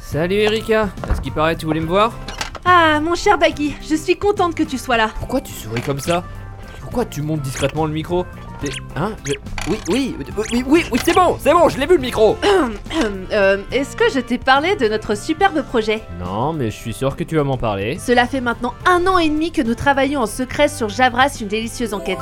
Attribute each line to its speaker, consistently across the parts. Speaker 1: Salut Erika, à ce qui paraît tu voulais me voir
Speaker 2: Ah, mon cher Baggy, je suis contente que tu sois là.
Speaker 1: Pourquoi tu souris comme ça Pourquoi tu montes discrètement le micro T'es- Hein je- Oui, oui, oui, oui, oui, c'est bon, c'est bon, je l'ai vu le micro
Speaker 2: Euh, Est-ce que je t'ai parlé de notre superbe projet
Speaker 1: Non, mais je suis sûr que tu vas m'en parler.
Speaker 2: Cela fait maintenant un an et demi que nous travaillons en secret sur Javras, une délicieuse enquête.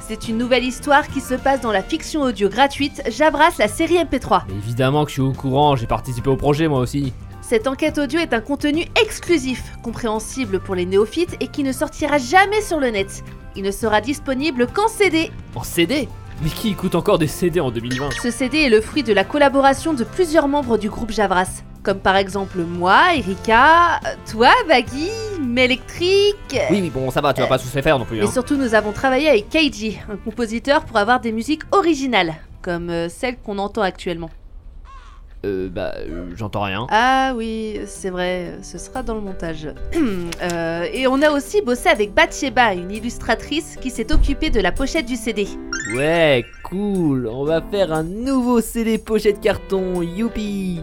Speaker 2: C'est une nouvelle histoire qui se passe dans la fiction audio gratuite Javras, la série MP3.
Speaker 1: Mais évidemment que je suis au courant, j'ai participé au projet moi aussi.
Speaker 2: Cette enquête audio est un contenu exclusif, compréhensible pour les néophytes et qui ne sortira jamais sur le net. Il ne sera disponible qu'en CD.
Speaker 1: En CD Mais qui écoute encore des CD en 2020
Speaker 2: Ce CD est le fruit de la collaboration de plusieurs membres du groupe Javras, comme par exemple moi, Erika, euh, toi, Baggy, Mélectrique.
Speaker 1: Oui, oui, bon, ça va, tu vas pas sous faire non plus.
Speaker 2: Mais
Speaker 1: Hein.
Speaker 2: surtout, nous avons travaillé avec Keiji, un compositeur pour avoir des musiques originales, comme euh, celles qu'on entend actuellement.
Speaker 1: Euh, bah, euh, j'entends rien.
Speaker 2: Ah oui, c'est vrai, ce sera dans le montage. Euh, et on a aussi bossé avec Bathsheba, une illustratrice qui s'est occupée de la pochette du CD.
Speaker 1: Ouais, cool, on va faire un nouveau CD pochette carton, youpi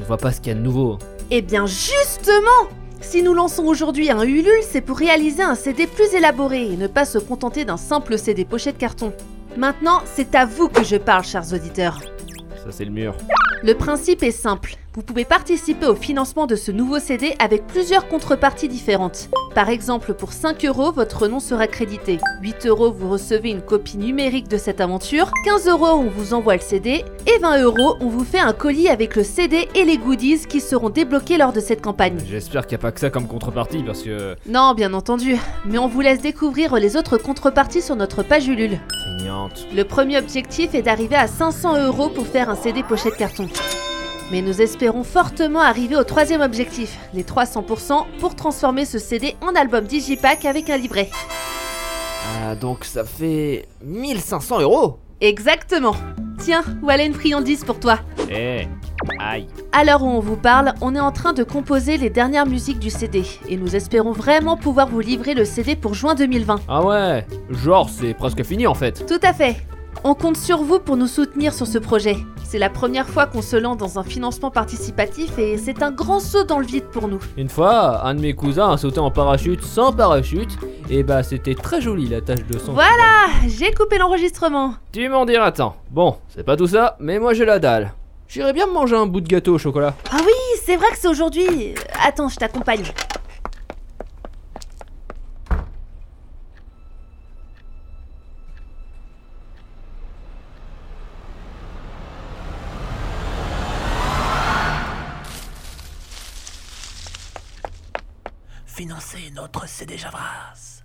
Speaker 1: Je vois pas ce qu'il y a de nouveau.
Speaker 2: Eh bien justement Si nous lançons aujourd'hui un Ulule, c'est pour réaliser un CD plus élaboré et ne pas se contenter d'un simple CD pochette carton. Maintenant, c'est à vous que je parle, chers auditeurs.
Speaker 1: Ça c'est le mur.
Speaker 2: Le principe est simple. Vous pouvez participer au financement de ce nouveau CD avec plusieurs contreparties différentes. Par exemple, pour 5 euros, votre nom sera crédité. 8 euros, vous recevez une copie numérique de cette aventure. 15 euros, on vous envoie le CD. Et 20 euros, on vous fait un colis avec le CD et les goodies qui seront débloqués lors de cette campagne.
Speaker 1: J'espère qu'il n'y a pas que ça comme contrepartie parce que...
Speaker 2: Non, bien entendu, mais on vous laisse découvrir les autres contreparties sur notre page Ulule.
Speaker 1: Feignante.
Speaker 2: Le premier objectif est d'arriver à 500 euros pour faire un CD pochette carton. Mais nous espérons fortement arriver au troisième objectif, les 300% pour transformer ce CD en album digipack avec un livret.
Speaker 1: Ah, donc ça fait 1500 euros
Speaker 2: Exactement Tiens, voilà une friandise pour toi
Speaker 1: Eh, aïe.
Speaker 2: À l'heure où on vous parle, on est en train de composer les dernières musiques du CD, et nous espérons vraiment pouvoir vous livrer le CD pour juin 2020.
Speaker 1: Ah ouais, genre c'est presque fini en fait.
Speaker 2: Tout à fait. On compte sur vous pour nous soutenir sur ce projet. C'est la première fois qu'on se lance dans un financement participatif et c'est un grand saut dans le vide pour nous.
Speaker 1: Une fois, un de mes cousins a sauté en parachute sans parachute, et bah c'était très joli la tâche de son.
Speaker 2: Voilà Ah, j'ai coupé l'enregistrement.
Speaker 1: Tu m'en diras tant. Bon, c'est pas tout ça, mais moi j'ai la dalle. J'irais bien me manger un bout de gâteau au chocolat.
Speaker 2: Ah oui, c'est vrai que c'est aujourd'hui. Euh, Attends, je t'accompagne.
Speaker 3: Financer notre CD Javras.